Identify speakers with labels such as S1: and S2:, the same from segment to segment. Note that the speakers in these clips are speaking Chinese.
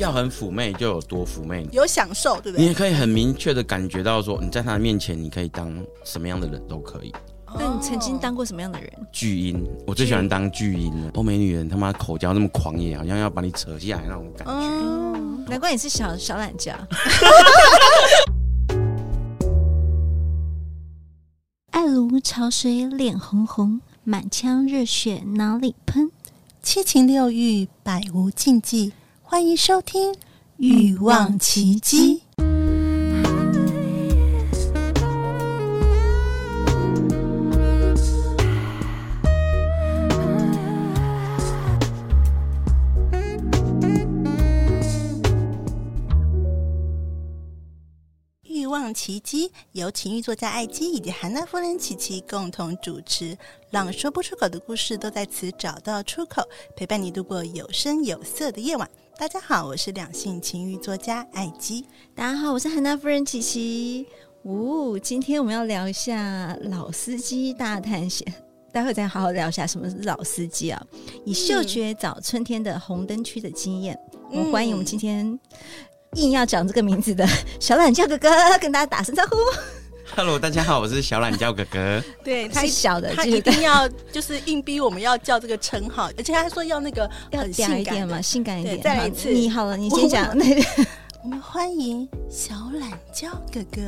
S1: 要很妩媚就有多妩媚，
S2: 有享受，对不
S1: 你
S2: 对？
S1: 也可以很明确的感觉到说，你在他的面前，你可以当什么样的人都可以。
S3: 那你曾经当过什么样的人？
S1: 巨婴，我最喜欢当巨婴了。欧美女人他妈口交那么狂野，好像要把你扯下来那种感觉。
S2: 嗯，
S3: 难怪你是小小懒觉。啊 爱如潮水，脸红红，满腔热血脑里喷。
S4: 七情六欲，百无禁忌。欢迎收听《
S3: 欲望
S4: 奇迹》。欲望奇迹由情欲作家艾姬以及韩娜夫人琪琪共同主持，让说不出口的故事都在此找到出口，陪伴你度过有声有色的夜晚。大家好，我是两性情欲作家艾姬。
S3: 大家好，我是韩娜夫人琪琪。呜、今天我们要聊一下老司机大探险。待会再好好聊一下什么是老司机啊！以嗅觉找春天的红灯区的经验，我们欢迎我们今天硬要讲这个名字的 小懒觉哥哥，跟大家打声招呼。
S1: Hello，大家好，我是小懒觉哥哥。
S2: 对他
S3: 太。小的，
S2: 他
S3: 就是
S2: 一 定要就是硬逼我们要叫这个称号，而且他说要那个
S3: 要
S2: 很性
S3: 嗲一
S2: 感
S3: 点嘛，
S2: 的。
S3: 性感一点。
S2: 对再来
S3: 好
S2: 一次
S3: 你好了，你
S2: 我
S3: 先 讲。那个，
S4: 我们欢迎小懒觉哥哥。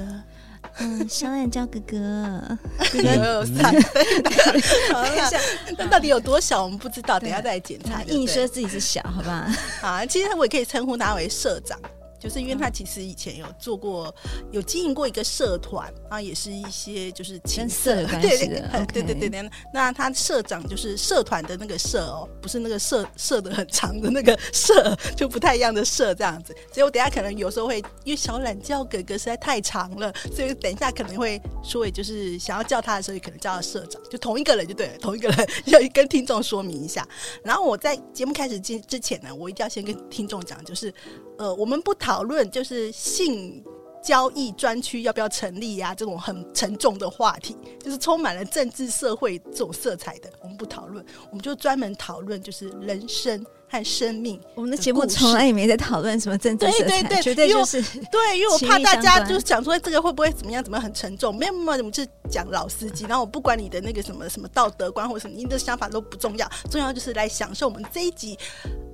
S3: 嗯，小懒觉哥 哥，
S2: 这个三倍的 好
S3: 等一
S2: 啦
S3: 下
S2: 那到底有多小我们不知道，等
S3: 对
S2: 一下再来检查。
S3: 嗯硬
S2: 生
S3: 说自己是小，好 吧？
S2: 啊，其实我也可以称呼他为社长，就是因为他其实以前有做过，有经营过一个社团啊，也是一些就是情
S3: 跟色有关
S2: 对
S3: 系
S2: 对
S3: 的
S2: 呃
S3: OK
S2: 对对对对。那他社长就是社团的那个社哦，不是那个社社的很长的那个 社，就不太一样的社这样子。所以我等一下可能有时候会，因为小懒叫哥哥实在太长了，所以等一下可能会说，也就是想要叫他的时候，也可能叫他社长，就同一个人就对了，同一个人 要跟听众说明一下。然后我在节目开始之之前呢，我一定要先跟听众讲，就是呃，我们不讨论就是性交易专区要不要成立呀、这种很沉重的话题，就是充满了政治社会这种色彩的，我们不讨论，我们就专门讨论就是人生和生命。
S3: 我们的节目
S2: 故事
S3: 从来也没在讨论什么政治
S2: 对
S3: 色彩，
S2: 对对
S3: 绝对
S2: 因为
S3: 就是
S2: 对，因为我
S3: 情
S2: 怕
S3: 欲
S2: 大
S3: 相
S2: 家
S3: 关
S2: 就是讲说这个会不会怎么样怎么样很沉重，没有没有，我们是讲老司机。然后我不管你的那个什么什么道德观或什么，你的想法都不重要，重要就是来享受我们这一集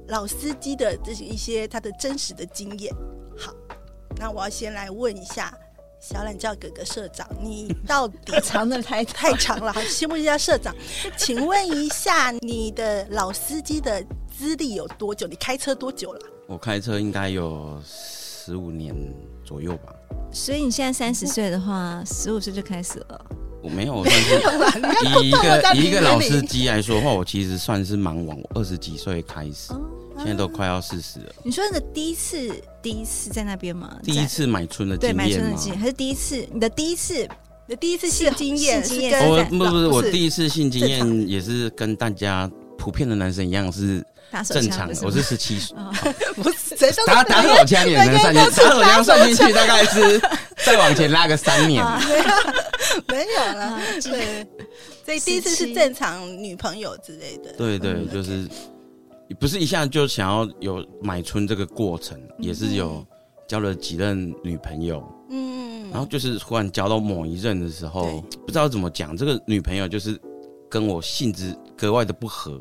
S2: 老司机的这些一些他的真实的经验。好，那我要先来问一下小懒觉哥哥社长，你到底
S3: 长的拍头。
S2: 太长了，好，先问一下社长，请问一下你的老司机的资历有多久？你开车多久了？
S1: 我开车应该有十五年左右吧。
S3: 所以你现在三十岁的话，十五岁就开始了。
S1: 我没有，我算 是以一个以一个老司机来说的话，我其实算是蛮晚，我二十几岁开
S3: 哦
S1: 始，
S2: 哦
S1: 现在都快要四十了。
S3: 你说的第一次，第一次在那边吗？
S1: 第
S3: 在
S1: 一次买春的经
S3: 对买
S1: 验
S3: 春的
S1: 嘛，
S3: 经验，还是第一次？你的第一次
S2: 你的第一次性经验
S3: 性
S2: 是
S3: 经验
S2: 跟
S1: 我
S3: 在
S1: 哦不不是我第一次性经
S2: 正
S1: 验也是跟大家普遍的男生一样是
S3: 打手
S1: 正
S3: 枪
S1: 常的
S3: 的是，吗，
S1: 我是十七岁，
S2: 不是谁都
S1: 打打手枪也能算进去，打手枪啊算进去大概是 再往前拉个三年，
S3: 哦
S2: 没有 了。
S3: 啊
S2: 对，所以第一次是正常女朋友之类的。
S1: 对对，就是不是一下就想要有买春这个过程，也是有交了几任女朋友，
S2: 嗯，
S1: 然后就是忽然交到某一任的时候
S2: 对，
S1: 不知道怎么讲，这个女朋友就是跟我性质格外的不合，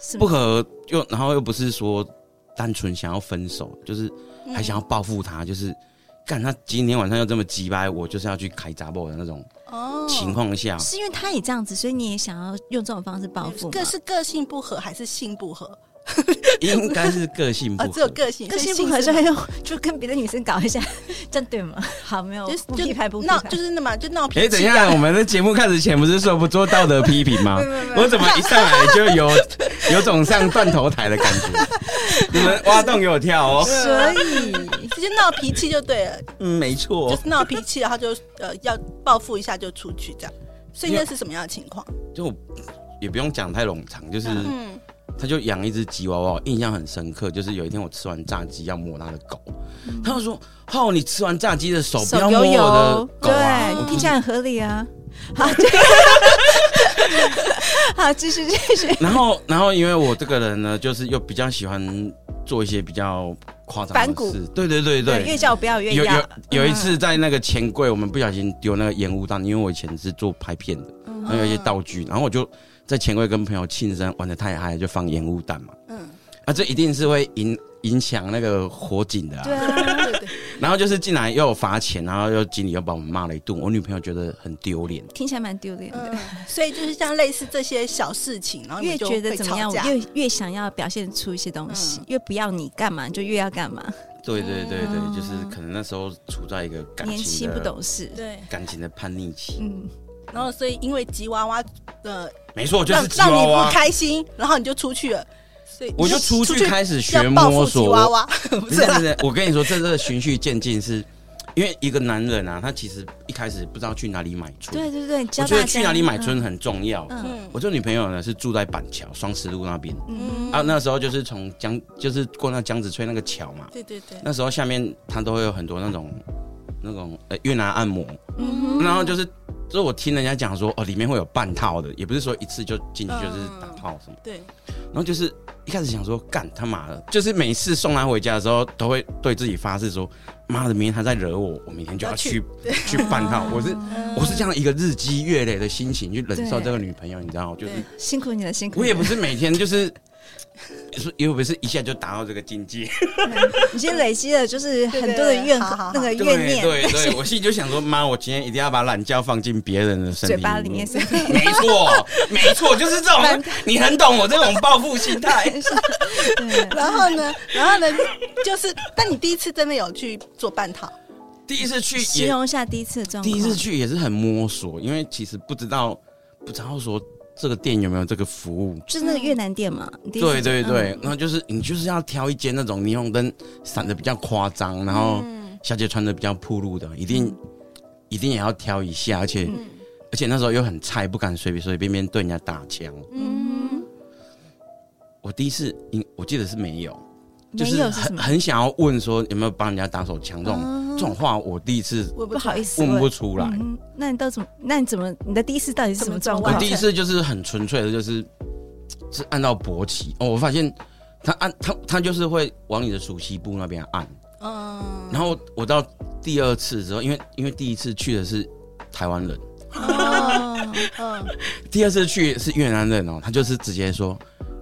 S3: 是吗
S1: 不合又然后又不是说单纯想要分手，就是
S2: 嗯
S1: 还想要报复她，就是干她今天晚上又这么鸡掰，我就是要去开杂报的那种
S2: 哦
S1: 情况下，
S3: 是因为他也这样子，所以你也想要用这种方式报复吗。
S2: 个是个性不合还是性不合？
S1: 应该是个性不
S2: 啊，
S1: 合，
S2: 只有个性，
S3: 个性
S2: 所
S3: 不
S2: 以
S3: 合，
S2: 是
S3: 所以 就跟别的女生搞一下， 这样对吗？好，没有，
S2: 就是
S3: 哦不
S2: 就
S3: 批判，不批
S2: 闹，
S3: 判，
S2: 就是那嘛，就闹脾气。
S1: 哎，等一，下，我们的节目开始前不是说不做道德批评吗？我怎么一上来就有有种上断头台的感觉？你们挖洞给我跳哦！
S3: 所以
S2: 就是闹脾气就对了，
S1: 嗯，没
S2: 就
S1: 错，
S2: 是闹脾气，然后就呃要报复一下就出去这样。所以那是什么样的情况？
S1: 就也不用讲太冗长，就是
S2: 嗯，
S1: 他就养一只吉娃娃，我印象很深刻。就是有一天我吃完炸鸡要摸他的狗，
S3: 嗯
S1: 他就说：“浩，你吃完炸鸡的手不要摸
S3: 油
S1: 我的
S3: 油，
S1: 狗啊！”我
S3: 对，
S1: 就
S3: 听起来很合理 啊。好，这个好，继续继续。
S1: 然后，然后因为我这个人呢，就是又比较喜欢做一些比较夸张
S3: 反
S1: 的
S3: 骨
S1: 事。对对对对，
S3: 越叫不要嗯越
S1: 有有
S3: 要。
S1: 有一次在那个钱柜，我们不小心丢那个烟雾弹，因为我以前是做拍片的，
S3: 嗯
S2: 嗯
S1: 然后有一些道具，然后我就在钱柜跟朋友庆生，玩的太嗨，就放烟雾弹嘛。
S2: 嗯，
S1: 啊，这一定是会影影响那个火警的、啊。
S3: 对啊，
S2: 对对，
S1: 然后就是进来又有罚钱，然后又经理又把我们骂了一顿，我女朋友觉得很丢脸。
S3: 听起来蛮丢脸的。嗯
S2: 嗯，所以就是像类似这些小事情，然后你
S3: 越
S2: 们就
S3: 觉得
S2: 会
S3: 怎么样，
S2: 吵
S3: 我
S2: 架
S3: 越越想要表现出一些东西，越不要你干嘛就越要干嘛。
S1: 对对对
S2: 嗯
S1: 对，就是可能那时候处在一个感
S3: 年
S1: 情
S3: 轻
S1: 的
S3: 不懂事，
S2: 对，
S1: 感情的叛逆期。
S3: 嗯，
S2: 然后所以因为吉娃娃的
S1: 没错，哦就
S2: 让
S1: 是吉
S2: 让
S1: 娃
S2: 你不
S1: 娃，
S2: 开心，然后你就出去了，所以
S1: 我就出
S2: 出
S1: 去开始
S2: 要
S1: 学
S2: 报
S1: 摸
S2: 复吉
S1: 索。
S2: 娃娃，不
S1: 不
S2: 是
S1: 是不
S2: 啦，
S1: 是，我跟你说，这这个循序渐进是，因为一个男人啊，他其实一开始不知道去哪里买春。
S3: 对对对，教
S1: 我觉
S3: 大家
S1: 得去哪里买春很重要。
S3: 嗯
S2: 嗯
S1: 我这女朋友呢是住在板桥双十路那边
S2: 嗯
S1: 啊，那时候就是从江，就是过那江子翠那个桥嘛，
S2: 对对对，
S1: 那时候下面它都会有很多那种那种呃越南按摩，
S3: 嗯
S1: 然后就是就是我听人家讲说哦里面会有半套的，也不是说一次就进去就是
S2: 嗯
S1: 打炮什么，
S2: 对，
S1: 然后就是一开始想说干他妈的，就是每次送他回家的时候都会对自己发誓说妈的明天他在惹我，我明天就要去去半套，我是。
S3: 嗯
S1: 我是这样一个日积月累的心情去忍受
S3: 对
S1: 这个女朋友，你知道吗，就是
S2: 对
S3: 辛苦你了，辛苦
S1: 我
S3: 你
S1: 也
S3: 了。
S1: 不 是每天就是，是也不是一下就达到这个境 界。
S3: 已经累积了，就是很多的
S2: 对对
S3: 怨
S2: 好好好
S3: 那个怨
S1: 对
S3: 念，
S1: 对 对，我心里就想说，妈，我今天一定要把懒觉放进别人的身体
S3: 嘴巴里面。是。
S1: 没错，没错，就是这 种，你很懂我这种报复心态。
S3: 对
S2: 然后呢，然后呢，就是，但你第一次真的有去做半套，
S1: 第一次去
S3: 形
S1: 也，
S3: 容一下第一次的状
S1: 第
S3: 况。
S1: 一次去也是很摸索，因为其实不知道，不知道说这个店有没有这个服务。
S3: 就是那个越南店嘛，你第一次
S1: 对对
S3: 嗯
S1: 对，然后就是你就是要挑一间那种霓虹灯闪的比较夸张，然后
S3: 嗯
S1: 小姐穿的比较暴露的，一定一定也要挑一下，而且
S3: 嗯
S1: 而且那时候又很菜，不敢随便随便便对人家打枪。
S2: 嗯，
S1: 我第一次，应我记得是没有，就
S3: 嗯没
S1: 是
S3: 有是什
S1: 很
S3: 么？
S1: 很想要问说有没有帮人家打手枪这种这种话，我第一次
S2: 我也
S3: 不好意思，
S1: 问不
S3: 我
S1: 出来。
S3: 嗯那你到怎么？那你怎么？你的第一次到底是什么状
S1: 我
S3: 况
S2: 哇？
S1: 第一次就是很纯粹的，就是是按到勃起哦，我发现他按他他就是会往你的属膝部那边按。
S2: 思，嗯，
S1: 然后我到第二次之后，因为因为第一次去的是台湾人，
S3: 哦，
S2: 嗯，
S1: 第二次去是越南人哦，他就是直接说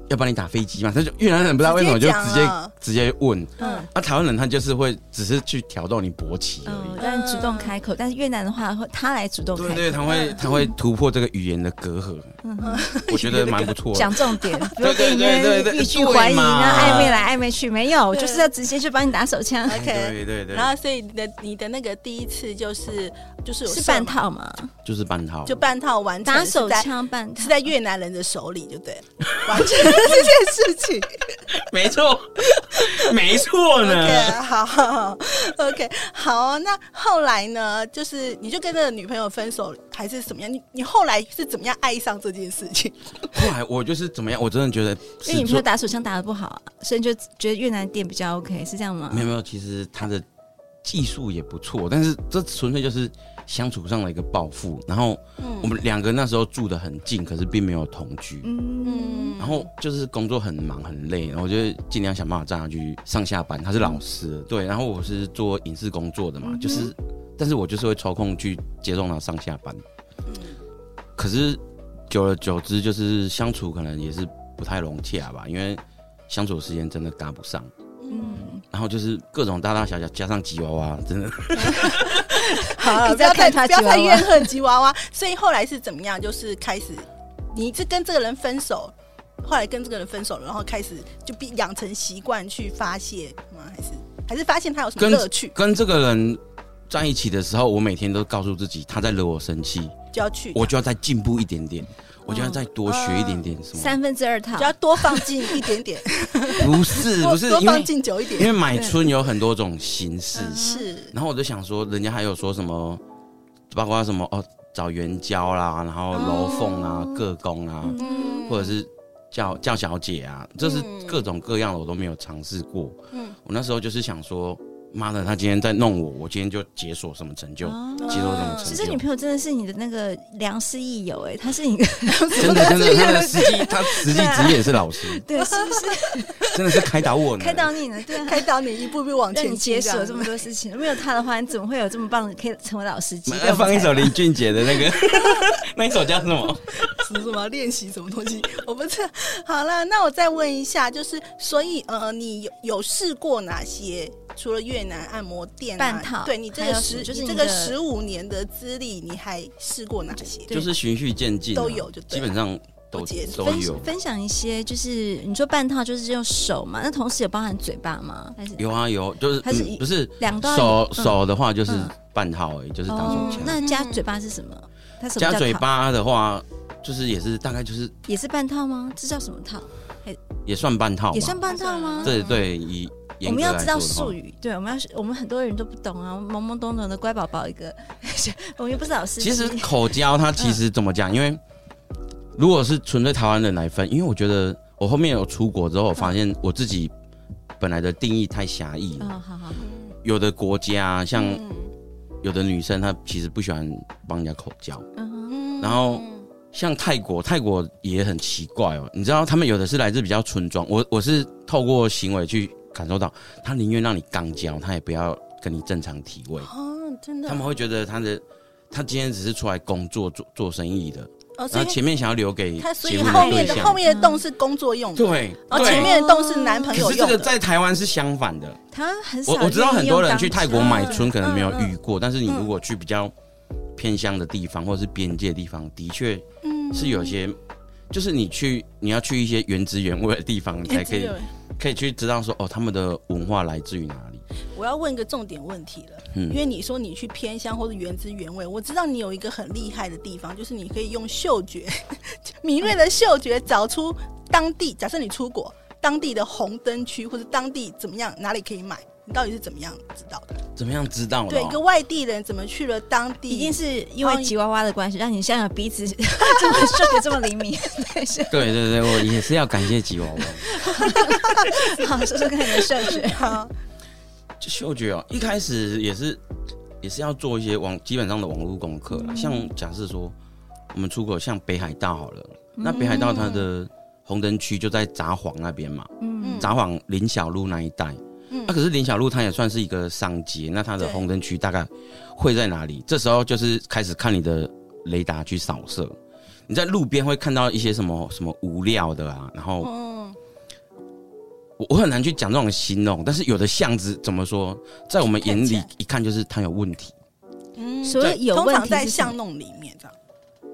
S1: 要帮你打飞机嘛，他就越南人不知道为什么就直
S2: 直接
S1: 接
S2: 讲了
S1: 直接问，
S3: 嗯
S1: 啊，台湾人他就是会只是去挑逗你勃起而
S3: 嗯，
S1: 已。
S3: 让你主动开口，但是越南的话，会他来主动
S1: 对
S3: 开
S1: 对，
S3: 口，嗯
S1: 他会他会突破这个语言的隔阂，我觉得蛮不错的。
S3: 讲重点，不
S1: 对
S3: 要跟
S1: 对
S3: 你
S1: 对对
S3: 们
S1: 对
S3: 欲拒还
S1: 对
S3: 迎啊，
S1: 嘛
S3: 暧昧来暧昧去，没有，我
S2: 对
S3: 就是要直接去帮你打手 枪，
S2: OK
S1: 对对对，
S2: 然后所以你的你的那个第一次就是就是有
S3: 是
S2: 射
S3: 半
S2: 嘛，
S3: 套嘛？
S1: 就是半套，
S2: 就半套完成
S3: 打
S2: 是
S3: 手
S2: 在
S3: 枪半套
S2: 是在越南人的手里，就 对了，完成这件事情。
S1: 没错，没错
S2: OK，
S1: 呢。
S2: 好好好，OK，好。那后来呢？就是你就跟那个女朋友分手，还是怎么样？你你后来是怎么样爱上这件事情？
S1: 后来我就是怎么样，我真的觉得是
S3: 因为你说
S1: 做
S3: 打手枪打的不好啊，所以你就觉得越南店比较 OK，是这样吗？
S1: 没有没有，其实他的技术也不错，但是这纯粹就是相处上的一个报复。然后我们两个那时候住的很近，可是并没有同居。
S3: 嗯，
S1: 然后就是工作很忙很累，然后我就尽量想办法带他去上下班。他是老师，对，然后我是做影视工作的嘛，就是，但是我就是会抽空去接送他上下班。可是久而久之，就是相处可能也是不太融洽吧，因为相处的时间真的搭不上。
S3: 嗯，
S1: 然后就是各种大大小小，加上吉娃娃，真的
S2: 好 了，
S3: 一直
S2: 不要
S3: 在
S2: 太
S3: 看他
S2: 不要
S3: 吉娃
S2: 太
S3: 娃
S2: 怨恨吉娃娃。 所以后来是怎么样？就是开始，你是跟这个人分手，后来跟这个人分手了，然后开始就必养成习惯去发泄吗？还是还是发现他有什么
S1: 跟
S2: 乐趣
S1: 跟这个人在一起的时候，我每天都告诉自己，他在惹我生气，
S2: 就要去，
S1: 我就要再进步一点点，我就要再多学一点点
S2: 啊
S1: 什么。
S3: 三分之二套
S2: 就，要多放进一点点，
S1: 不 是
S2: 多
S1: 不是，
S2: 多
S1: 因
S2: 放
S1: 为
S2: 进嗯久一
S1: 因
S2: 点。
S1: 为买春有很多种形式，
S2: 是，
S1: 然后我就想说，人家还有说什么，包括什么哦，找援交啦，然后楼凤啊、各工啊，
S2: 嗯
S1: 或者是叫叫小姐啊，这是
S2: 嗯
S1: 各种各样的我都没有尝试过。
S2: 嗯
S1: 我那时候就是想说，妈的，他今天在弄我，我今天就解锁什么成就，
S3: 哦
S1: 解锁什么
S3: 其
S1: 成
S3: 实
S1: 就
S3: 女。朋友真的是你的那个良师益友哎、她是你的
S1: 真的真的，他的实际他实际职业也是老师，
S3: 对，是不是
S1: 真的是开导我呢。
S3: 开导你呢？对啊，
S2: 嗯开导你一步步往
S3: 让
S2: 前
S3: 你解
S2: 进样
S3: 锁这么多事情，没有她的话，你怎么会有这么棒的可以成为老司机？
S1: 来放一首林俊杰的那 个，那一首叫什么？
S2: 什么什么练习什么东西， 我不知道。好了，那我再问一下，就是所以呃，你有有试过哪些？除了越南按摩店、啊、
S3: 半套
S2: 对你这
S3: 还
S2: 个
S3: 有
S2: 十，
S3: 就是
S2: 你
S3: 你
S2: 这个
S3: 的
S2: 十五年的资历，你还试过哪些？
S1: 就是循序渐进啊，
S2: 都有就
S1: 基
S2: 对
S1: 本上都
S2: 我解释
S1: 都
S3: 分
S1: 有。
S3: 分享一些，就是你说半套就是用手嘛，那同时有包含嘴巴吗？还是
S1: 有啊有，就是
S3: 还是
S1: 嗯不是
S3: 两段
S1: 手
S3: 嗯
S1: 手的话就是
S3: 嗯
S1: 半套而已，就是打手
S3: 哦
S1: 枪。
S2: 嗯
S3: 那加嘴巴是什么？它什么
S1: 加
S3: 叫
S1: 嘴
S3: 套
S1: 巴的话，就是也是大概就是
S3: 也是半套吗？这叫什么套？
S1: 也算半套吧，
S3: 也算半套吗？
S1: 对对，以
S3: 我
S1: 严格
S3: 们要
S1: 来
S3: 知
S1: 说的
S3: 道
S1: 话
S3: 术，语，对，我们要是我们很多人都不懂啊，懵懵懂懂的乖宝宝一个， 我们又不是老师。
S1: 其实口交它其实怎么讲？因为如果是纯粹台湾人来分，因为我觉得我后面有出国之后，我发现我自己本来的定义太狭义
S3: 嗯、
S1: 了。
S3: 好好，
S1: 有的国家像
S2: 嗯
S1: 有的女生她其实不喜欢帮人家口交，
S3: 嗯哼，
S4: 嗯
S1: 然后像泰国，泰国也很奇怪哦。你知道，他们有的是来自比较村庄，我我是透过行为去感受到，他宁愿让你肛交，他也不要跟你正常体位。
S4: 哦，真的
S1: 他们会觉得他的他今天只是出来工作做做生意的，
S2: 哦，所
S1: 然
S2: 以
S1: 后前面想要留给
S2: 他所
S1: 结
S2: 以
S1: 婚
S2: 后
S1: 对
S2: 面的
S1: 象。
S2: 后面的洞是工作用的，
S1: 对
S2: 然后前面的洞是男朋
S1: 可
S2: 友
S1: 是这
S2: 用
S1: 个
S2: 的。
S1: 在台湾是相反的，
S3: 他很少
S1: 我我知道
S3: 愿意
S1: 很多人
S3: 用
S1: 去
S3: 钢
S1: 泰国
S3: 枪
S1: 买春可能没有遇过，但是你
S2: 嗯
S1: 如果去比较偏乡的地方或者是边界的地方，的确
S2: 嗯
S1: 是有些，就是你去你要去一些原汁原味的地方，你
S2: 哎
S1: 才可以可以去知道说哦，他们的文化来自于哪里。
S2: 我要问一个重点问题了，
S1: 嗯
S2: 因为你说你去偏乡或者原汁原味，我知道你有一个很厉害的地方，就是你可以用嗅觉 敏锐的嗅觉找出当地，假设你出国，当地的红灯区或者当地怎么样，哪里可以买，你到底是怎么样知道的？
S1: 怎么样知道的
S2: 对，一
S1: 哦？
S2: 个外地人怎么去了当地，
S3: 一 定是因
S2: 哦
S3: 为吉娃娃的关系，让你现在鼻子 这么嗅觉这么灵 敏。对，是
S1: 对对对，我也是要感谢吉娃娃。
S3: 好，说说看你的嗅觉。
S2: 啊，
S1: 就嗅觉哦，一开始也是也是要做一些网基本上的网络功课啦。像假设说我们出国，像北海道好了，那北海道它的红灯区就在札幌那边嘛，
S3: 嗯，
S1: 札幌林小路那一带。那、可是林小路它也算是一个商街，那它的
S2: 对
S1: 红灯区大概会在哪里？这时候就是开始看你的雷达去扫射。你在路边会看到一些什么什么无料的啊，然后
S2: 嗯，
S1: 我我很难去讲这种形容，但是有的巷子怎么说，在我们眼
S2: 看起
S1: 里
S2: 来
S1: 一看就是它有问题，
S2: 嗯
S3: 所以有
S2: 通
S3: 问
S2: 常
S3: 题
S2: 在
S3: 是什么
S2: 巷弄里面这样，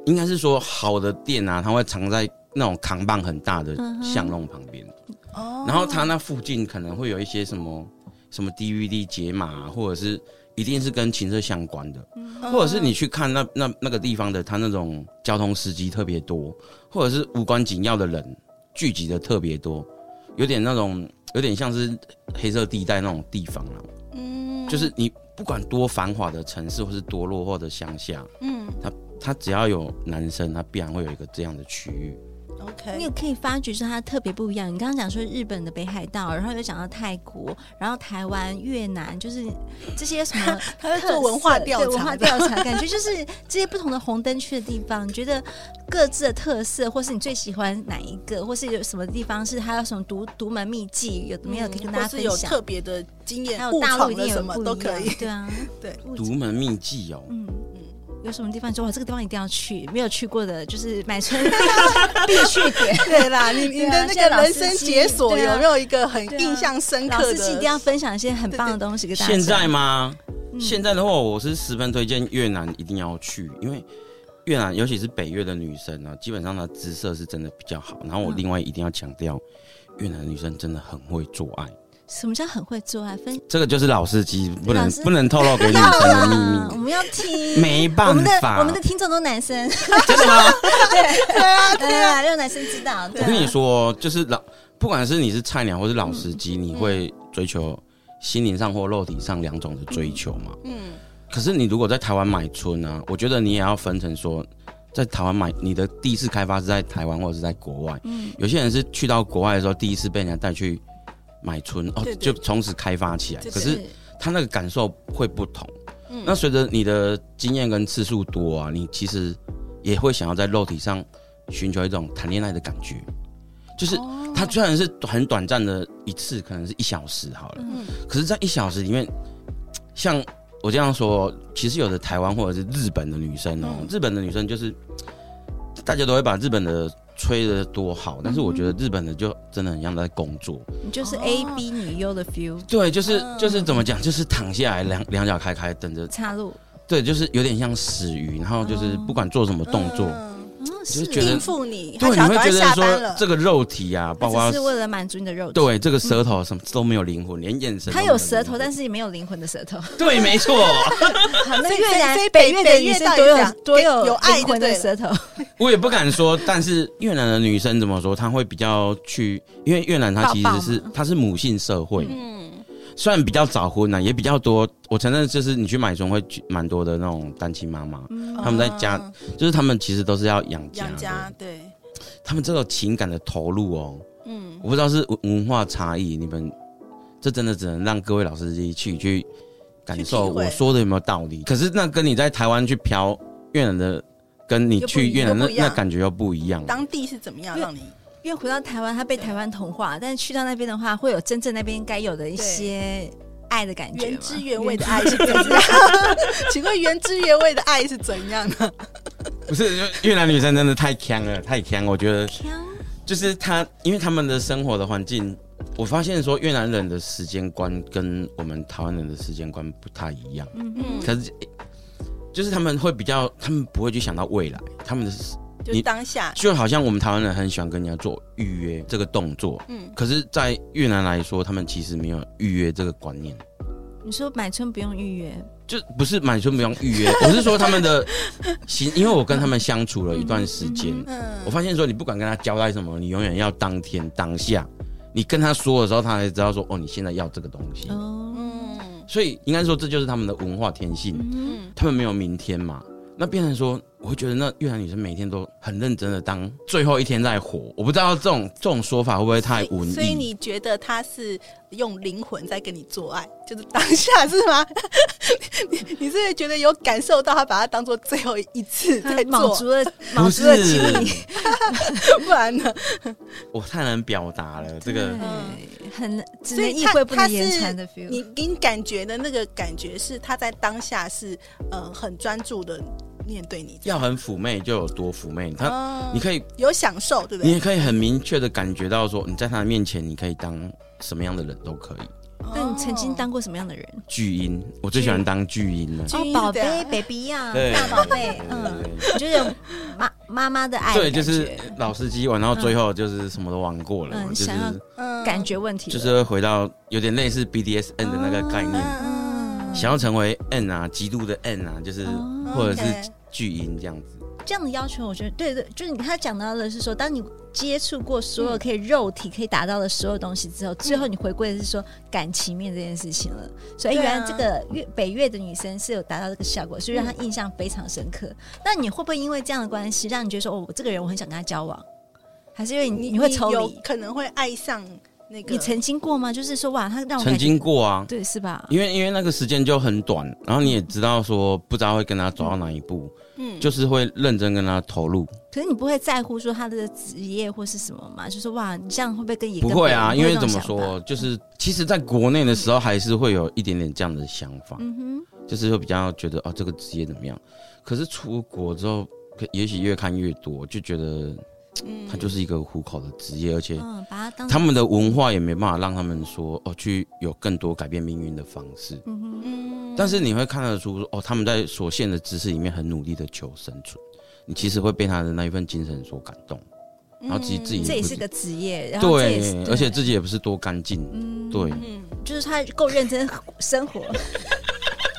S1: 应该是说好的店啊，它会藏在那种扛棒很大的
S3: 嗯哼
S1: 巷弄旁边，
S2: 哦
S1: 然后它那附近可能会有一些什么什么 DVD 解码、啊，或者是一定是跟情色相关的，
S2: 嗯
S1: 或者是你去看那那那个地方的，它那种交通司机特别多，或者是无关紧要的人聚集的特别多，有点那种有点像是黑色地带那种地方啊。
S2: 嗯
S1: 就是你不管多繁华的城市，或是多落后的乡下，
S2: 嗯
S1: 它只要有男生，它必然会有一个这样的区域。
S3: 你也
S2: ，OK，
S3: 可以发觉，是它特别不一样。你刚刚讲说日本的北海道，然后又讲到泰国，然后台湾、越南，就是这些什 么
S2: 他在做文化
S3: 特色
S2: 调
S3: 对
S2: 查，
S3: 文化调查，感觉就是这些不同的红灯区的地方，你觉得各自的特色，或是你最喜欢哪一个，或是有什么地方是它有什么独独门秘籍，有嗯没有可以跟大家
S2: 嗯或是
S3: 分
S2: 有
S3: 享？
S2: 特别的经验
S3: 还，有
S2: 误
S3: 大陆
S2: 闯
S3: 一
S2: 了
S3: 定有
S2: 什么
S3: 不一
S2: 都可
S3: 样
S2: 以。
S3: 对啊，
S2: 对
S3: 物质
S1: 独门秘籍哦，
S3: 嗯嗯，有什么地方你说哇，这个地方一定要去，没有去过的，就是买 春必去点。
S2: 对啦，你你
S3: 对
S2: 的
S3: 啊
S2: 那
S3: 现在
S2: 个
S3: 老
S2: 人
S3: 司
S2: 生
S3: 机
S2: 解锁
S3: 对啊
S2: 有没有一个很
S3: 对啊
S2: 印象深
S3: 老
S2: 刻
S3: 司机一定
S2: 的？
S3: 要分享一些很棒的东西给大家。
S1: 现在吗？
S3: 嗯
S1: 现在的话，我是十分推荐越南一定要去，因为越南尤其是北越的女生啊，基本上她姿色是真的比较好。然后我
S3: 嗯
S1: 另外一定要强调，越南的女生真的很会做爱，
S3: 什么叫很会做爱？分
S1: 这个就是老司机不能
S3: 老司
S1: 不能透露给女
S3: 要
S1: 生的秘
S3: 啦， 啊我
S1: 密。
S3: 们要听。
S1: 嗯没
S3: 我
S1: 办
S3: 们的
S1: 法，
S3: 我们的听众都男生，
S1: 真的吗？
S3: 对啊，让男生知道。对
S1: 我
S3: 啊
S1: 跟你说，就是老，不管是你是菜鸟或是老司机，你
S2: 嗯
S1: 会追求心灵上或肉体上两种的追求嘛？
S2: 嗯，
S1: 可是你如果在台湾买春啊，我觉得你也要分成说，在台湾买你的第一次开发是在台湾或者是在国外。
S2: 嗯
S1: 有些人是去到国外的时候，第一次被人家带去买春哦
S2: 对，
S1: 就
S2: 对
S1: 从此开发起来。
S2: 对
S1: 可是他那个感受会不同。
S2: 嗯
S1: 那随着你的经验跟次数多啊，你其实也会想要在肉体上寻求一种谈恋爱的感觉，
S2: 哦
S1: 就是它虽然是很短暂的一次，可能是一小时
S3: 哦
S1: 好了，
S2: 嗯
S1: 可是，在一小时里面，像我这样说，其实有的台湾或者是日本的女生哦、
S2: 嗯
S1: 日本的女生就是大家都会把日本的吹得多好，
S2: 嗯
S1: 但是我觉得日本的就真的很像在工作，
S3: 你就是
S2: 哦
S3: A B 女优的 feel
S1: 对，就是
S2: 嗯
S1: 就是怎么讲，就是躺下来两两脚开开，等着
S3: 插入，
S1: 对，就是有点像死鱼，然后就是不管做什么动作，
S2: 哦嗯
S3: 嗯，
S1: 就是是觉得
S2: 应付你，
S1: 对，你
S2: 他想
S1: 会
S2: 要
S1: 觉得
S2: 赶快下班
S1: 说
S2: 了。
S1: 这个肉体啊，包
S3: 它
S1: 括
S3: 只是为了满足你的肉体。
S1: 对这个舌头什么都没有灵魂，连眼神
S3: 它
S1: 都
S3: 有
S1: 没
S3: 舌
S1: 灵
S3: 头，
S1: 魂
S3: 但是也没有灵魂的舌头。
S1: 对，没错，
S3: 好，啊那
S2: 所以
S3: 越南
S2: 所以北
S3: 北越的
S2: 北
S3: 女
S2: 越
S3: 生
S2: 到底
S3: 多有
S2: 讲
S3: 多有
S2: 有有爱
S3: 灵魂
S2: 就
S3: 的
S2: 对了
S3: 舌头，
S1: 我也不敢说，但是越南的女生怎么说，她会比较去，因为越南它其实是它是母性社会，
S2: 嗯，
S1: 虽然比较早婚呢、也比较多，我承认就是你去买春会去蛮多的那种单亲妈妈，他们在家
S2: 嗯
S1: 就是他们其实都是要养家
S2: 养
S1: 的，
S2: 家，对，
S1: 他们这种情感的投入哦，
S2: 嗯，
S1: 我不知道是文文化差异，你们这真的只能让各位老司机去去感受
S2: 去体会
S1: 我说的有没有道理。可是那跟你在台湾去嫖越南的，跟你
S2: 又不
S1: 去
S2: 一
S1: 越南
S2: 又
S1: 那
S2: 不一
S1: 那
S2: 样
S1: 感觉又不一样。
S2: 当地是怎么样让你？
S3: 因为回到台湾，他被台湾同化，但是去到那边的话，会有真正那边该有的一些爱的感觉嘛，
S2: 原汁原味的爱是怎样？ 请问原汁原味的爱是怎样的？
S1: 不是因为越南女生真的太强了，太强！我觉得
S3: 腔
S1: 就是她，因为他们的生活的环境，我发现说越南人的时间观跟我们台湾人的时间观不太一样。
S2: 嗯，
S1: 可是就是他们会比较，他们不会去想到未来，他们的
S2: 就
S1: 你
S2: 当下，
S1: 就好像我们台湾人很喜欢跟人家做预约这个动作，
S2: 嗯，
S1: 可是，在越南来说，他们其实没有预约这个观念，
S3: 你说买春不用预约，
S1: 就不是买春不用预约，我是说他们的 行，因为我跟他们相处了一段时间，
S2: 嗯
S1: 我发现说你不管跟他交代什么，你永远要当天当下，你跟他说的时候，他才知道说哦，你现在要这个东西，
S3: 哦，
S2: 嗯
S1: 所以应该说这就是他们的文化天性，
S3: 嗯，
S1: 他们没有明天嘛。那变成说，我会觉得那越南女生每天都很认真的当最后一天在活，我不知道这种这种说法会不会太文艺？
S2: 所以你觉得他是用灵魂在跟你做爱，就是当下是吗？ 你你是不是觉得有感受到他把它当做最后一次在
S3: 卯
S2: 做，
S3: 足了卯
S1: 不
S3: 足了
S1: 是
S3: 精力，
S2: 不然呢？
S1: 我太难表达了，这个
S3: 对很
S2: 所
S3: 只能
S2: 以
S3: 意
S2: 他
S3: 会不
S2: 他
S3: 能
S2: 是
S3: 言传的 feel。
S2: 你给你感觉的那个感觉是他在当下是呃很专注的面对你，
S1: 要很妩媚就有多妩媚，他、
S2: 哦
S1: 啊你可以，
S2: 有享受，对不
S1: 你
S2: 对？
S1: 也可以很明确的感觉到说，你在他的面前，你可以当什么样的人都可以。
S3: 那你曾经
S2: 哦
S3: 当过什么样的人？
S1: 巨婴，我最喜欢当巨婴了。
S2: 巨
S3: 哦，
S2: 婴
S3: 宝
S2: 是这
S3: 贝
S2: 样
S3: ，baby 呀，
S1: 对
S3: 大宝贝，嗯，
S1: 嗯，
S3: 你 就是有妈妈妈的爱的
S1: 对，
S3: 感觉，
S1: 就是老司机玩到最后就是什么都玩过了嘛，
S3: 嗯
S1: 就是
S3: 想要
S2: 嗯
S3: 感觉问题了，
S1: 就是会回到有点类似 BDSN 的那个概念，
S3: 嗯
S1: 想要成为 N 啊，极度的 N 啊，就是、
S3: 哦
S1: 或者是
S2: OK
S1: 巨婴这样子。
S3: 这样的要求，我觉得对对，就是你他讲到的是说，当你接触过所有可以肉体可以达到的所有东西之后，最后你回归的是说感情面这件事情了。
S1: 嗯
S3: 所以
S2: 对啊
S3: 原来这个越北越的女生是有达到这个效果，所以让她印象非常深刻。
S1: 嗯
S3: 那你会不会因为这样的关系，让你觉得说，哦，我这个人我很想跟他交往，还是因为你你会抽
S2: 有
S3: 离？
S2: 可能会爱上那个
S3: 你曾经过吗？就是说，哇，他让我感
S1: 曾
S3: 觉
S1: 经过啊，
S3: 对是吧？
S1: 因为因为那个时间就很短，然后你也知道说不知道会跟他走到哪一步，
S2: 嗯
S1: 就是会认真跟他投入。
S3: 可是你不会在乎说他的职业或是什么吗？就是哇，你这样会不会跟也
S1: 不
S3: 跟
S1: 会
S3: 别人
S1: 啊，
S3: 会
S1: 因为
S3: 这
S1: 怎
S3: 种
S1: 么
S3: 想法
S1: 说，就是其实在国内的时候还是会有一点点这样的想法，
S3: 嗯哼，
S1: 就是会比较觉得哦这个职业怎么样。可是出国之后，可也许越看越多，就觉得
S2: 嗯
S1: 它就是一个糊口的职业，而且
S3: 嗯，把他当
S1: 他们的文化也没办法让他们说哦去有更多改变命运的方式。
S3: 嗯哼。
S2: 嗯
S1: 但是你会看得出哦，他们在所限的知识里面很努力的求生存，你其实会被他的那一份精神所感动。然后自己自己
S3: 这也
S1: 不
S3: 是个职业，然后这也是
S1: 对，而且自己也不是多干净，对，
S2: 嗯，
S3: 就是他够认真 生活，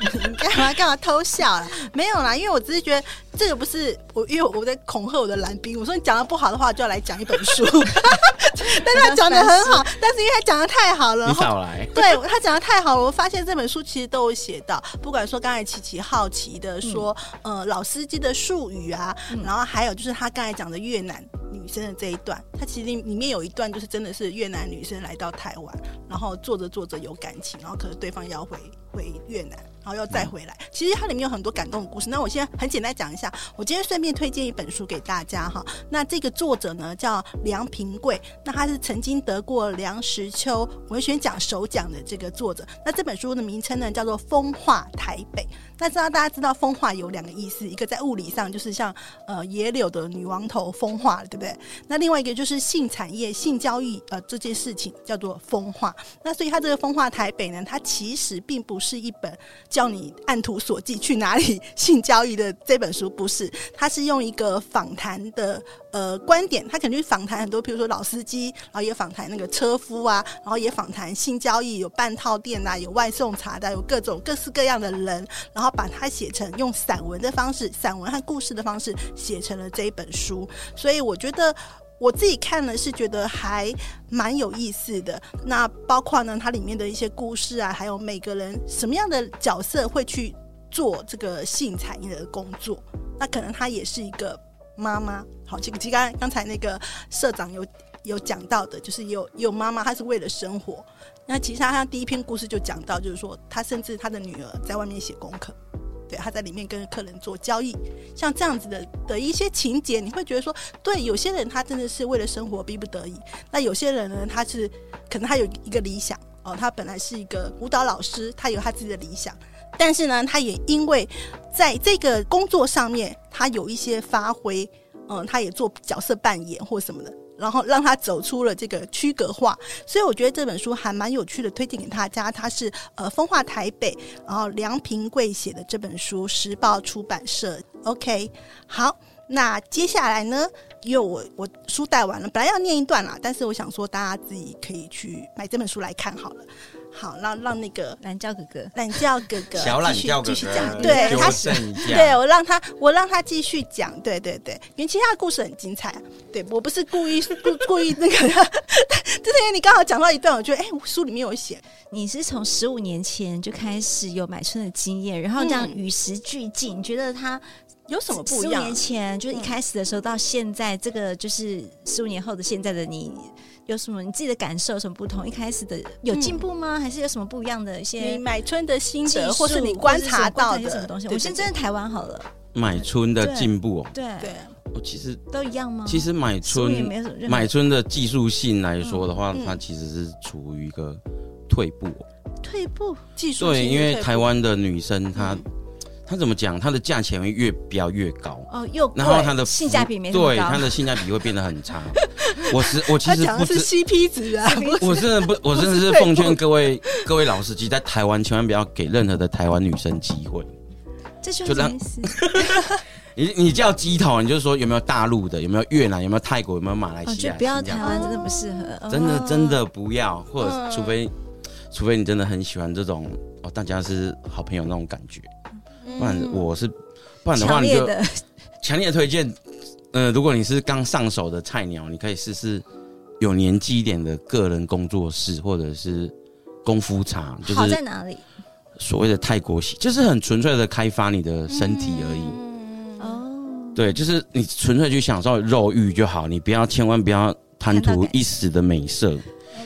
S2: 你干嘛干嘛偷笑啦？没有啦，因为我只是觉得这个不是我，因为我在恐吓我的蓝冰，我说你讲的不好的话，就要来讲一本书。 但他讲的很 好，但是因为他讲的太好了，
S1: 你
S2: 然后
S1: 少来。
S2: 对他讲的太好了，我发现这本书其实都有写到，不管说刚才琪琪好奇的说，呃，老司机的术语啊，然后还有就是他刚才讲的越南女女生的这一段，它其实里面有一段就是真的是越南女生来到台湾，然后做着做着有感情，然后可能对方要回回越南，然后要再回来。其实它里面有很多感动的故事。那我现在很简单讲一下，我今天顺便推荐一本书给大家哈。那这个作者呢叫梁平贵，那他是曾经得过梁实秋文学奖首奖的这个作者。那这本书的名称呢叫做《风化台北》。那知道大家知道风化有两个意思，一个在物理上就是像呃野柳的女王头风化了，对不对？那另外一个就是性产业、性交易呃这件事情叫做风化。那所以它这个风化台北呢，它其实并不是一本叫你按图索骥去哪里性交易的这本书，不是，它是用一个访谈的呃观点，它可能去访谈很多，比如说老司机，然后也访谈那个车夫啊，然后也访谈性交易，有半套店啊，有外送茶的啊，有各种各式各样的人，然后把它写成用散文的方式，散文和故事的方式写成了这一本书。所以我觉得我自己看了是觉得还蛮有意思的。那包括呢，它里面的一些故事啊，还有每个人什么样的角色会去做这个性产业的工作，那可能她也是一个妈妈。好，这个其实刚刚才那个社长有。有讲到的，就是有有妈妈，她是为了生活。那其实她她第一篇故事就讲到，就是说她甚至她的女儿在外面写功课，对，她在里面跟客人做交易，像这样子的的一些情节，你会觉得说，对，有些人他真的是为了生活逼不得已，那有些人呢，他是可能他有一个理想哦，他本来是一个舞蹈老师，他有他自己的理想，但是呢，他也因为在这个工作上面，他有一些发挥，嗯，他也做角色扮演或什么的。然后让他走出了这个区隔化，所以我觉得这本书还蛮有趣的，推荐给大家。它是呃风化台北，然后梁平贵写的这本书，时报出版社。OK，好，那接下来呢，因为我我书带完了，本来要念一段啦，但是我想说大家自己可以去买这本书来看好了。好，让让那个
S3: 蓝教哥哥，
S2: 懒觉哥哥
S5: 小懒
S2: 继续
S5: 觉哥
S2: 继续
S5: 哥
S1: 呃
S2: 讲，
S5: 对
S2: 对，他
S5: 纠正一下
S2: 对我让他我让他继续讲，对对对，因为其实他的故事很精彩、啊，对我不是故意 故故意那个，就是因为你刚好讲到一段，我觉得哎、书里面有写，
S3: 你是从十五年前就开始有买春的经验，然后这样与时俱进，你觉得它
S2: 有什么不
S3: 十
S2: 一
S3: 五
S2: 样啊？
S3: 年前就是一开始的时候到现在，这个就是十五年后的现在的你，有什么你自己的感受有什么不同？一开始的有进步吗？还是有什么不一样的一
S2: 你
S3: 些
S2: 买春的心
S3: 技
S2: 得，
S3: 术，
S2: 或是你观察到
S3: 或是什么观察一些
S2: 的
S3: 什么东西？
S2: 对
S3: 我先
S2: 对
S3: 针对台湾好了，
S1: 买春的进步哦、
S3: 对
S2: 对，嗯
S1: 我其实
S3: 都一样吗？
S1: 其实买
S3: 15年
S1: 春
S3: 没有什么任何
S1: 买春的技术性来说的话，
S2: 嗯嗯
S1: 它其实是处于一个退步哦、
S2: 退步技术
S1: 对，
S2: 性
S1: 因为
S2: 退步
S1: 台湾的女生
S3: 嗯
S1: 她、她怎么讲，她的价钱会越标越高。
S3: 哦，又贵
S1: 然后它的
S3: 性
S1: 服
S3: 价比没那么
S1: 对
S3: 高，
S1: 它的性价比会变得很差。我是我其
S2: 他
S1: 实
S2: 讲
S1: 不
S2: 的是
S1: 知，
S2: CP 值啊，
S1: 我真的不，我真 的是
S2: 退
S1: 奉劝
S2: 步
S1: 各位各位老司机，在台湾千万不要给任何的台湾女生机会。
S3: 这就
S1: 就
S3: 什么
S1: 让
S3: 意思？
S1: 你你叫鸡头，你就说有没有大陆的，有没有越南，有没有泰国，有没有马来
S3: 哦，
S1: 西
S3: 就
S1: 亚？
S3: 不要
S1: 新加
S3: 台
S1: 坡
S3: 湾真的不适合，
S1: 真的
S3: 哦
S1: 真的不要，或者
S2: 嗯
S1: 除非除非你真的很喜欢这种哦，大家是好朋友那种感觉，不然我是不然的话
S3: 嗯强
S1: 你
S3: 烈
S1: 就
S3: 的
S1: 强烈推荐，呃，如果你是刚上手的菜鸟，你可以试试有年纪一点的个人工作室或者是功夫茶，就
S3: 好在
S1: 是
S3: 哪里？
S1: 所谓的泰国洗，就是很纯粹的开发你的身体而已。
S3: 嗯哦，
S1: 对，就是你纯粹去享受肉欲就好，你不要千万不要贪
S3: 看到
S1: 图
S3: 感
S1: 一时的美色，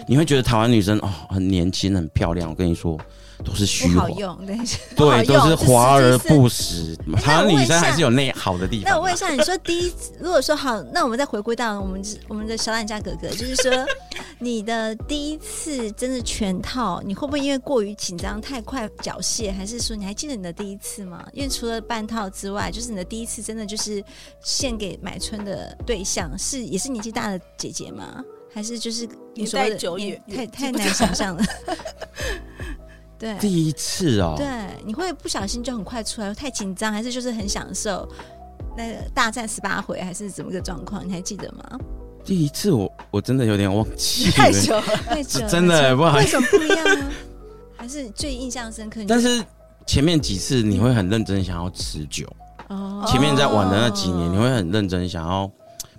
S1: 你会觉得台湾女生哦很年轻很漂亮，我跟你说都是虚
S3: 不好
S1: 华，
S3: 用，对。
S2: 不好
S1: 对，都
S2: 用
S1: 是
S2: 是
S1: 华
S2: 实际
S1: 而
S2: 是
S1: 不实。台湾
S3: 那我问
S1: 女
S3: 一
S1: 生还
S3: 下
S1: 是有那好的地方啊。
S3: 那我问一下，你说第一，如果说好，那我们再回归到我们我们的小懒家哥哥，就是说你的第一次真的全套，你会不会因为过于紧张太快缴械，还是说你还记得你的第一次吗？因为除了半套之外，就是你的第一次真的就是献给买春的对象是也是年纪大的姐姐吗？还是就是你
S2: 年
S3: 说
S2: 代
S3: 的
S2: 嗯久
S3: 年
S2: 远
S3: 太
S2: 远
S3: 太
S2: 记不
S3: 难
S2: 得
S3: 想象了。 对，
S1: 第一次哦，
S3: 对，你会不小心就很快出来，太紧张，还是就是很享受那个大战十八回，还是怎么个状况？你还记得 吗？
S1: 第一次我我真的有点忘记
S2: 嗯 太
S1: 了，
S2: 久了，
S3: 太久了
S1: 真的不好
S3: 为
S1: 意思。
S3: 什么不一样呢？还是最印象深刻？你
S1: 但
S3: 觉
S1: 是前面几次你会很认真想要持久，
S3: 得哦
S1: 前面在玩的那几年你会很认真想要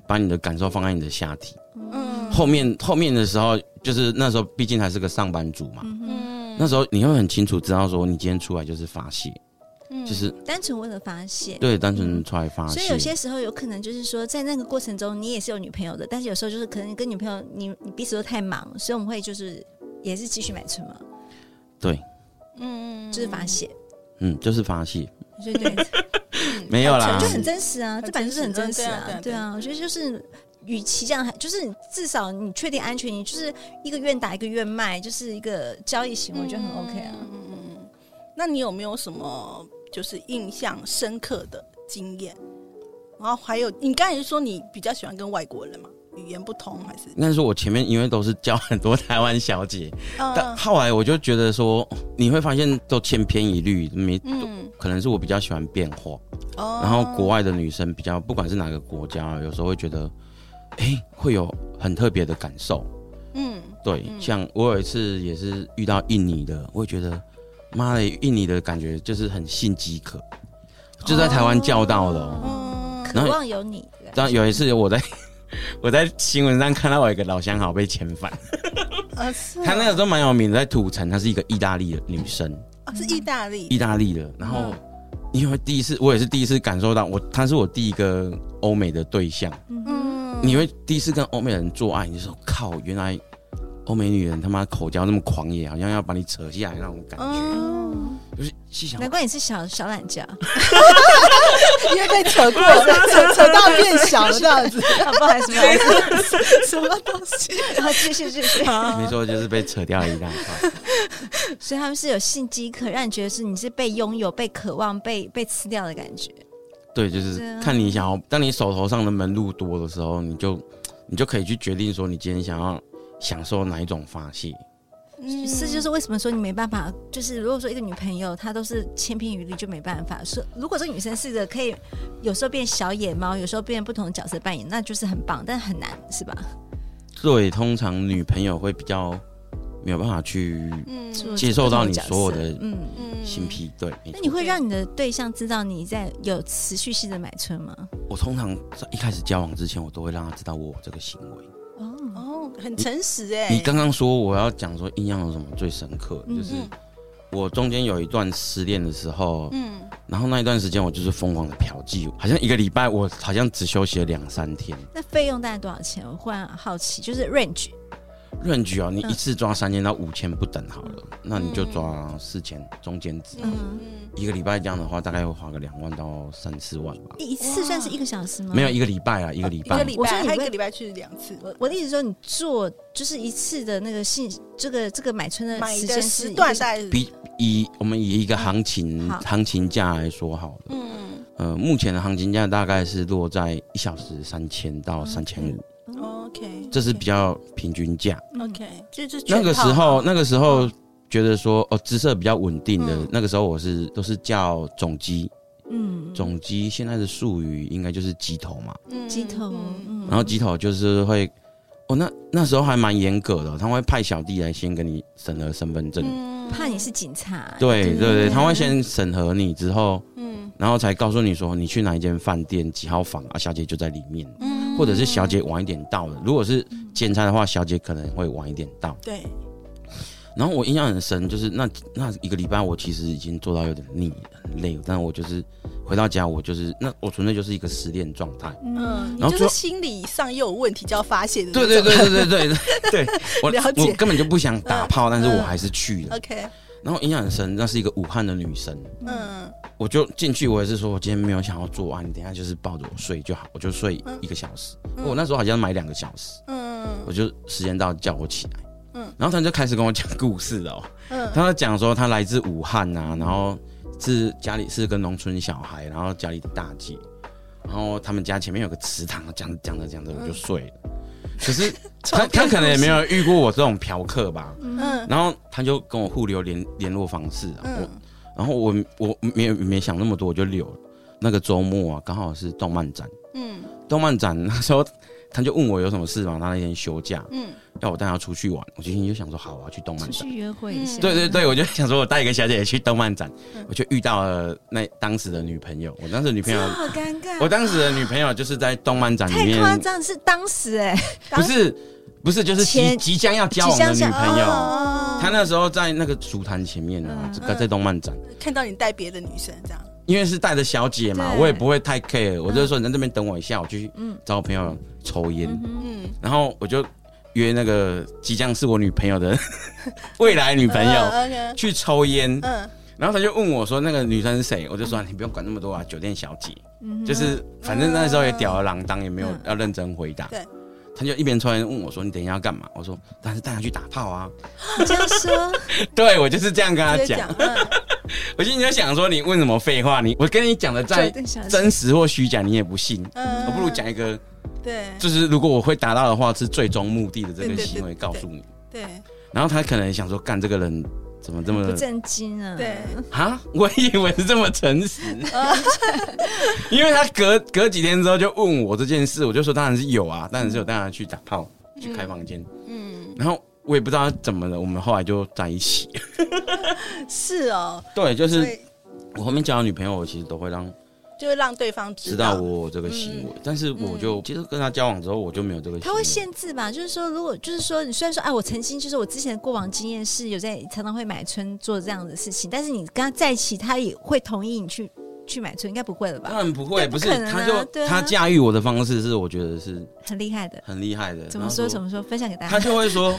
S1: 把你的感受放在你的下体。
S2: 嗯
S1: 后面后面的时候，就是那时候毕竟还是个上班族嘛，
S3: 嗯哼
S2: 嗯
S1: 那时候你会很清楚知道说你今天出来就是发泄，
S4: 嗯
S1: 就是
S3: 单纯为了发泄。
S1: 对单纯出来发泄。
S3: 所以有些时候有可能就是说，在那个过程中你也是有女朋友的，但是有时候就是可能跟女朋友你你彼此都太忙，所以我们会就是也是继续买春嘛，
S1: 对，
S4: 嗯
S3: 就是发泄，
S1: 嗯，就是发泄，
S3: 所以对，嗯
S1: 没有啦
S3: 就，很真实啊，
S2: 很
S3: 这本来就是很真实啊，
S2: 真实嗯
S3: 对
S2: 对啊对啊对
S3: 啊，我觉得就是。与其这样，还就是你至少你确定安全，你就是一个愿打一个愿卖，就是一个交易行为，我觉得很 OK 啊。
S2: 嗯那你有没有什么就是印象深刻的经验？然后还有，你刚才说你比较喜欢跟外国人嘛，语言不通还是？
S1: 应该说我前面因为都是教很多台湾小姐，但
S2: 嗯
S1: 后来我就觉得说，你会发现都千篇一律，没、
S2: 嗯
S1: 可能是我比较喜欢变化。
S2: 哦
S1: 然后国外的女生比较，不管是哪个国家，有时候会觉得，哎、会有很特别的感受。
S2: 嗯
S1: 对，像我有一次也是遇到印尼的，我也觉得，妈的，印尼的感觉就是很性饥渴，
S2: 哦
S1: 就在台湾叫到的、哦。
S2: 嗯
S1: 然
S3: 渴
S1: 后
S3: 望有你，
S1: 但有一次我在 我在新闻上看到我一个老乡好被遣返，
S2: 啊是
S1: 她那个时候蛮有名的，在土城，她是一个意大利的女生，
S2: 哦是意大利
S1: 意大利的，然后。因为第一次，我也是第一次感受到我，她是我第一个欧美的对象，
S2: 嗯
S1: 你会第一次跟欧美人做爱，你就说靠，原来欧美女人他妈口交那么狂野，好像要把你扯下来那种感觉，
S3: 嗯，
S1: 就是细想
S3: 难怪你是小小懒觉，啊
S2: 因为被扯过， 扯扯到变小了这样子，
S3: 啊不好意思，不好意思，
S2: 什么东西？
S3: 然后继续继续。
S1: 没错，就是被扯掉了一大块。
S3: 所以他们是有性饥渴，让你觉得是你是被拥有、被渴望、被被吃掉的感觉。
S1: 对，就是
S3: 对啊
S1: 看你想要，当你手头上的门路多的时候，你就你就可以去决定说你今天想要享受哪一种发泄。
S2: 嗯
S3: 这就是为什么说你没办法，就是如果说一个女朋友她都是千篇一律，就没办法。说如果这个女生是个可以有时候变小野猫，有时候变不同的角色扮演，那就是很棒，但很难，是吧？
S1: 对，通常女朋友会比较没有办法去
S2: 嗯
S3: 做
S1: 接受到你
S3: 不同角色
S1: 所有的
S3: 嗯。
S2: 嗯
S1: 性癖。对，没
S3: 那
S1: 错
S3: 你会让你的对象知道你在有持续性的买春吗？
S1: 我通常在一开始交往之前，我都会让他知道我有这个行为。
S3: 哦，
S2: 哦，很诚实哎、
S1: 你刚刚说我要讲说印象有什么最深刻，
S3: 嗯
S1: 就是我中间有一段失恋的时候，
S2: 嗯
S1: 然后那一段时间我就是疯狂的嫖妓，好像一个礼拜我好像只休息了两三天。
S3: 那费用大概多少钱？我忽然好奇，就是 range
S1: 润局哦，你
S3: 嗯
S1: 一次抓三千到五千不等好了，那你就抓四千中间值。
S3: 嗯
S2: 嗯
S1: 一个礼拜这样的话，大概会花个两万到三四万吧。
S3: 一次算是一个小时吗？
S1: 没有一个礼拜啊，一个礼
S2: 嗯一个
S1: 拜。
S2: 礼
S3: 我说
S2: 拜，
S3: 你
S2: 他一
S3: 会
S2: 个礼拜去两次，
S3: 我我的意思是说，你做就是一次的那个性，这个这个买春的
S2: 买
S3: 时
S2: 的
S3: 间
S2: 时
S3: 是
S2: 段
S3: 在
S2: 大概是
S1: 比以我们以一个行情
S3: 好
S1: 行情价来说好了，
S2: 嗯
S1: 呃，目前的行情价大概是落在一小时三千
S2: 嗯
S1: 到三千五，
S2: ，OK，
S1: 这是比较平均价。
S2: OK，就是
S1: 那个时候，那个时候
S2: 嗯
S1: 觉得说，哦，姿色比较稳定的，
S2: 嗯
S1: 那个时候我是都是叫总机，
S3: 嗯
S1: 总机现在的术语应该就是鸡头嘛。
S3: 鸡头，嗯，
S1: 然后鸡头就是会，哦，那那时候还蛮严格的，他会派小弟来先跟你审核身份证。
S2: 嗯
S3: 怕你是警察，
S1: 对对对，
S3: 不
S1: 他会先审核你之后，
S2: 嗯
S1: 然后才告诉你说你去哪一间饭店几号房啊，小姐就在里面。
S2: 嗯
S1: 或者是小姐晚一点到的。如果是兼差的话，小姐可能会晚一点到。
S2: 对，
S1: 然后我印象很深，就是那那一个礼拜，我其实已经做到有点腻、很累，但我就是回到家，我就是那我纯粹就是一个失恋状态。
S3: 嗯，
S2: 你
S1: 然后
S2: 就
S1: 最
S2: 是
S1: 后
S2: 心理上又有问题，就要发泄的，
S1: 对对对对对对 对，我
S2: 了解
S1: 我根本就不想打炮，但是我
S2: 嗯
S1: 还是去了。
S2: ，OK，
S1: 然后印象很深，那是一个武汉的女生，
S2: 嗯
S1: 我就进去，我也是说我今天没有想要做完，你等一下就是抱着我睡就好，我就睡一个小时。我哦那时候好像买两个小时。
S2: 嗯
S1: 我就时间到叫我起来，
S2: 嗯
S1: 嗯，然后他就开始跟我讲故事了哦、
S2: 嗯
S1: 他就讲说他来自武汉啊，然后是家里是个农村小孩，然后家里的大姐，然后他们家前面有个池塘，讲着讲着讲着
S2: 嗯
S1: 我就睡了，可 是他他可能也没有遇过我这种嫖客吧，
S2: 嗯
S1: 然后他就跟我互留联联络方式啊，我
S2: 嗯
S1: 然后我我没有没想那么多，我就留了。那个周末啊，刚好是动漫展，
S2: 嗯
S1: 动漫展 那时候他就问我有什么事嘛，他那天休假，
S2: 嗯，
S1: 要我带她出去玩，我今天就想说好，我要去动漫
S3: 出
S1: 展
S3: 去。约会一下，
S1: 对对，对，我就想说，我带一个小姐姐去动漫展
S2: 嗯，
S1: 我就遇到了那当时的女朋友。我当时的女朋友，
S3: 好尴尬，
S1: 我当时的女朋友就是在动漫展里
S3: 啊太夸
S1: 面，
S3: 张，是当时哎，
S1: 不是不是，就是即
S3: 前
S1: 即将要交往的
S3: 即将
S1: 女
S3: 想
S1: 朋友。
S3: 哦嗯
S1: 他那时候在那个竹坛前面啊，在在动漫展，
S2: 看到你带别的女生这样，
S1: 因为是带着小姐嘛，
S3: 对嗯
S1: 我也不会太 care，我就说你在这边等我一下，我去找我朋友抽烟，
S2: 嗯，
S1: 然后我就约那个即将是我女朋友的 未来女朋友
S2: 嗯
S1: 去抽烟，
S2: 嗯
S1: 然后他就问我说那个女生是谁，我就说你不用管那么多啊，酒店小姐，
S3: 嗯
S2: 嗯
S1: 就是反正那时候也吊儿郎当，也没有要认真回答
S2: 对。
S1: 他就一边抽烟问我说：“你等一下要干嘛？”我说：“但是带他去打炮 啊。
S3: 你这样说，”
S1: 对，我就是这样跟他
S2: 直接
S1: 讲
S2: 讲。，嗯
S1: 我心里就想说，你问什么废话？你我跟你讲的再
S3: 对想
S1: 真实或虚假，你也不信。
S2: 嗯
S1: 我不如讲一个，
S2: 对
S1: 就是如果我会达到的话，是最终目的的这
S2: 对
S1: 个
S2: 对
S1: 行
S2: 对
S1: 为
S2: 对
S1: 告诉你。
S2: 对
S1: 然后他可能想说，干这个人怎么这么
S3: 不正经啊，
S2: 对，
S1: 啊？ 我以为是这么诚 实，因为他隔隔几天之后就问我这件事，我就说当然是有啊，当然是有，当然去打炮，去开房间，
S2: 嗯
S1: 然后。我也不知道他怎么了，我们后来就在一起。
S2: 是哦，
S1: 对，就
S2: 所
S1: 是
S2: 以
S1: 我后面交的女朋友，我其实都会让
S2: 就会让对方
S1: 知
S2: 知
S1: 道
S2: 道
S1: 我这个行为，但是我就、其实跟他交往之后，我就没有这个行为。
S3: 嗯他会限制吧？就是说，如果就是说，你虽然说，哎，我曾经就是我之前的过往经验是有在常常会买春做这样的事情，但是你跟他在一起，他也会同意你去去买春，应该不会了
S1: 当
S3: 吧？
S1: 然不会，
S3: 对
S1: 不
S3: 不
S1: 是
S3: 可能啊
S1: 他就
S3: 对啊
S1: 他驾驭我的方式是我觉得是
S3: 很厉害的，
S1: 很厉害的。
S3: 怎么说怎
S1: 么？
S3: 么说，分享给大
S1: 他
S3: 家。
S1: 就会说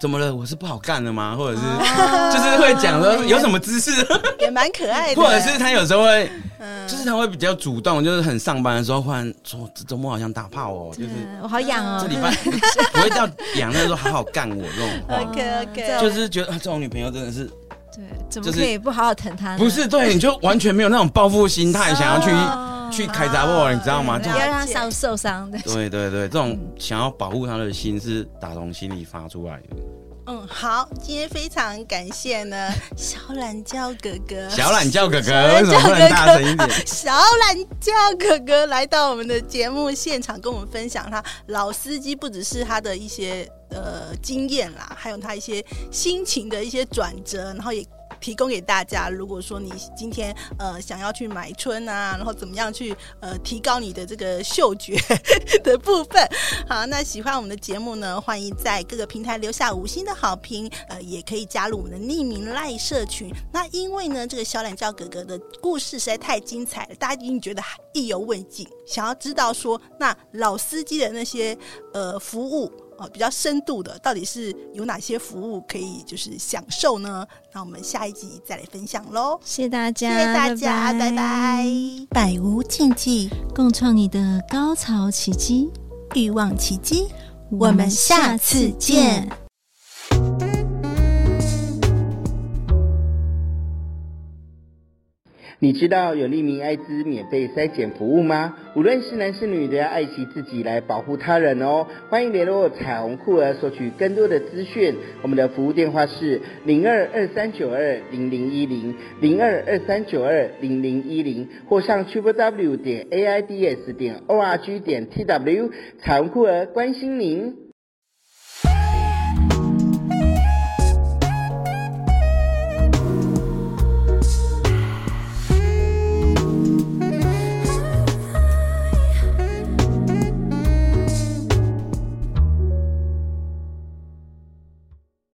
S1: 怎么了？我是不好干的吗？或者是
S3: 哦
S1: 就是会讲
S2: 哦
S1: 说有什么姿势，
S2: 也蛮可爱的，
S1: 或者是他有时候会
S2: 嗯
S1: 就是他会比较主动，就是很上班的时候忽然说这周末好像打炮哦，就是
S3: 嗯，我好痒哦
S1: 这。礼拜不会到养那时候好好干我这种话。
S2: OK
S3: 这
S2: OK，
S1: 就是觉得啊这种女朋友真的是
S3: 对，怎
S1: 就
S3: 么
S1: 是
S3: 可以不好好疼他呢？
S1: 不是对，你就完全没有那种报复心态，想要去
S3: 哦嗯
S1: 去开杂货，你知道吗？这
S3: 不
S1: 种
S3: 要让他受受伤的。
S1: 对对对，这种想要保护他的心是打从心里发出来的。
S2: 嗯，好，今天非常感谢呢，小懒觉哥哥，
S1: 小懒觉哥哥，
S2: 懒
S1: 为
S2: 觉
S1: 什么不能大声一点？
S2: 小懒觉哥哥来到我们的节目现场，跟我们分享他老司机不只是他的一些呃经验啦，还有他一些心情的一些转折，然后也。提供给大家，如果说你今天呃想要去买春啊，然后怎么样去呃提高你的这个嗅觉的部分，好，那喜欢我们的节目呢，欢迎在各个平台留下五星的好评，呃，也可以加入我们的匿名赖社群。那因为呢，这个小懒觉哥哥的故事实在太精彩了，大家一定觉得意犹未尽，想要知道说那老司机的那些呃服务。哦，比较深度的，到底是有哪些服务可以就是享受呢？那我们下一集再来分享喽。
S3: 谢谢大
S2: 谢
S3: 家，
S2: 谢大家，拜拜。
S4: 百无禁忌，
S3: 共创你的高潮奇迹。
S4: 欲望奇迹。
S3: 我们下次见。
S5: 你知道有利民艾滋免费筛检服务吗？无论是男是女，都要爱惜自己来保护他人哦。欢迎联络彩虹酷儿索取更多的资讯。我们的服务电话是零二二三九二零零一零零二二三九二零零一零，或上 triple w 点 aids 点 org 点 tw。彩虹酷儿关心您。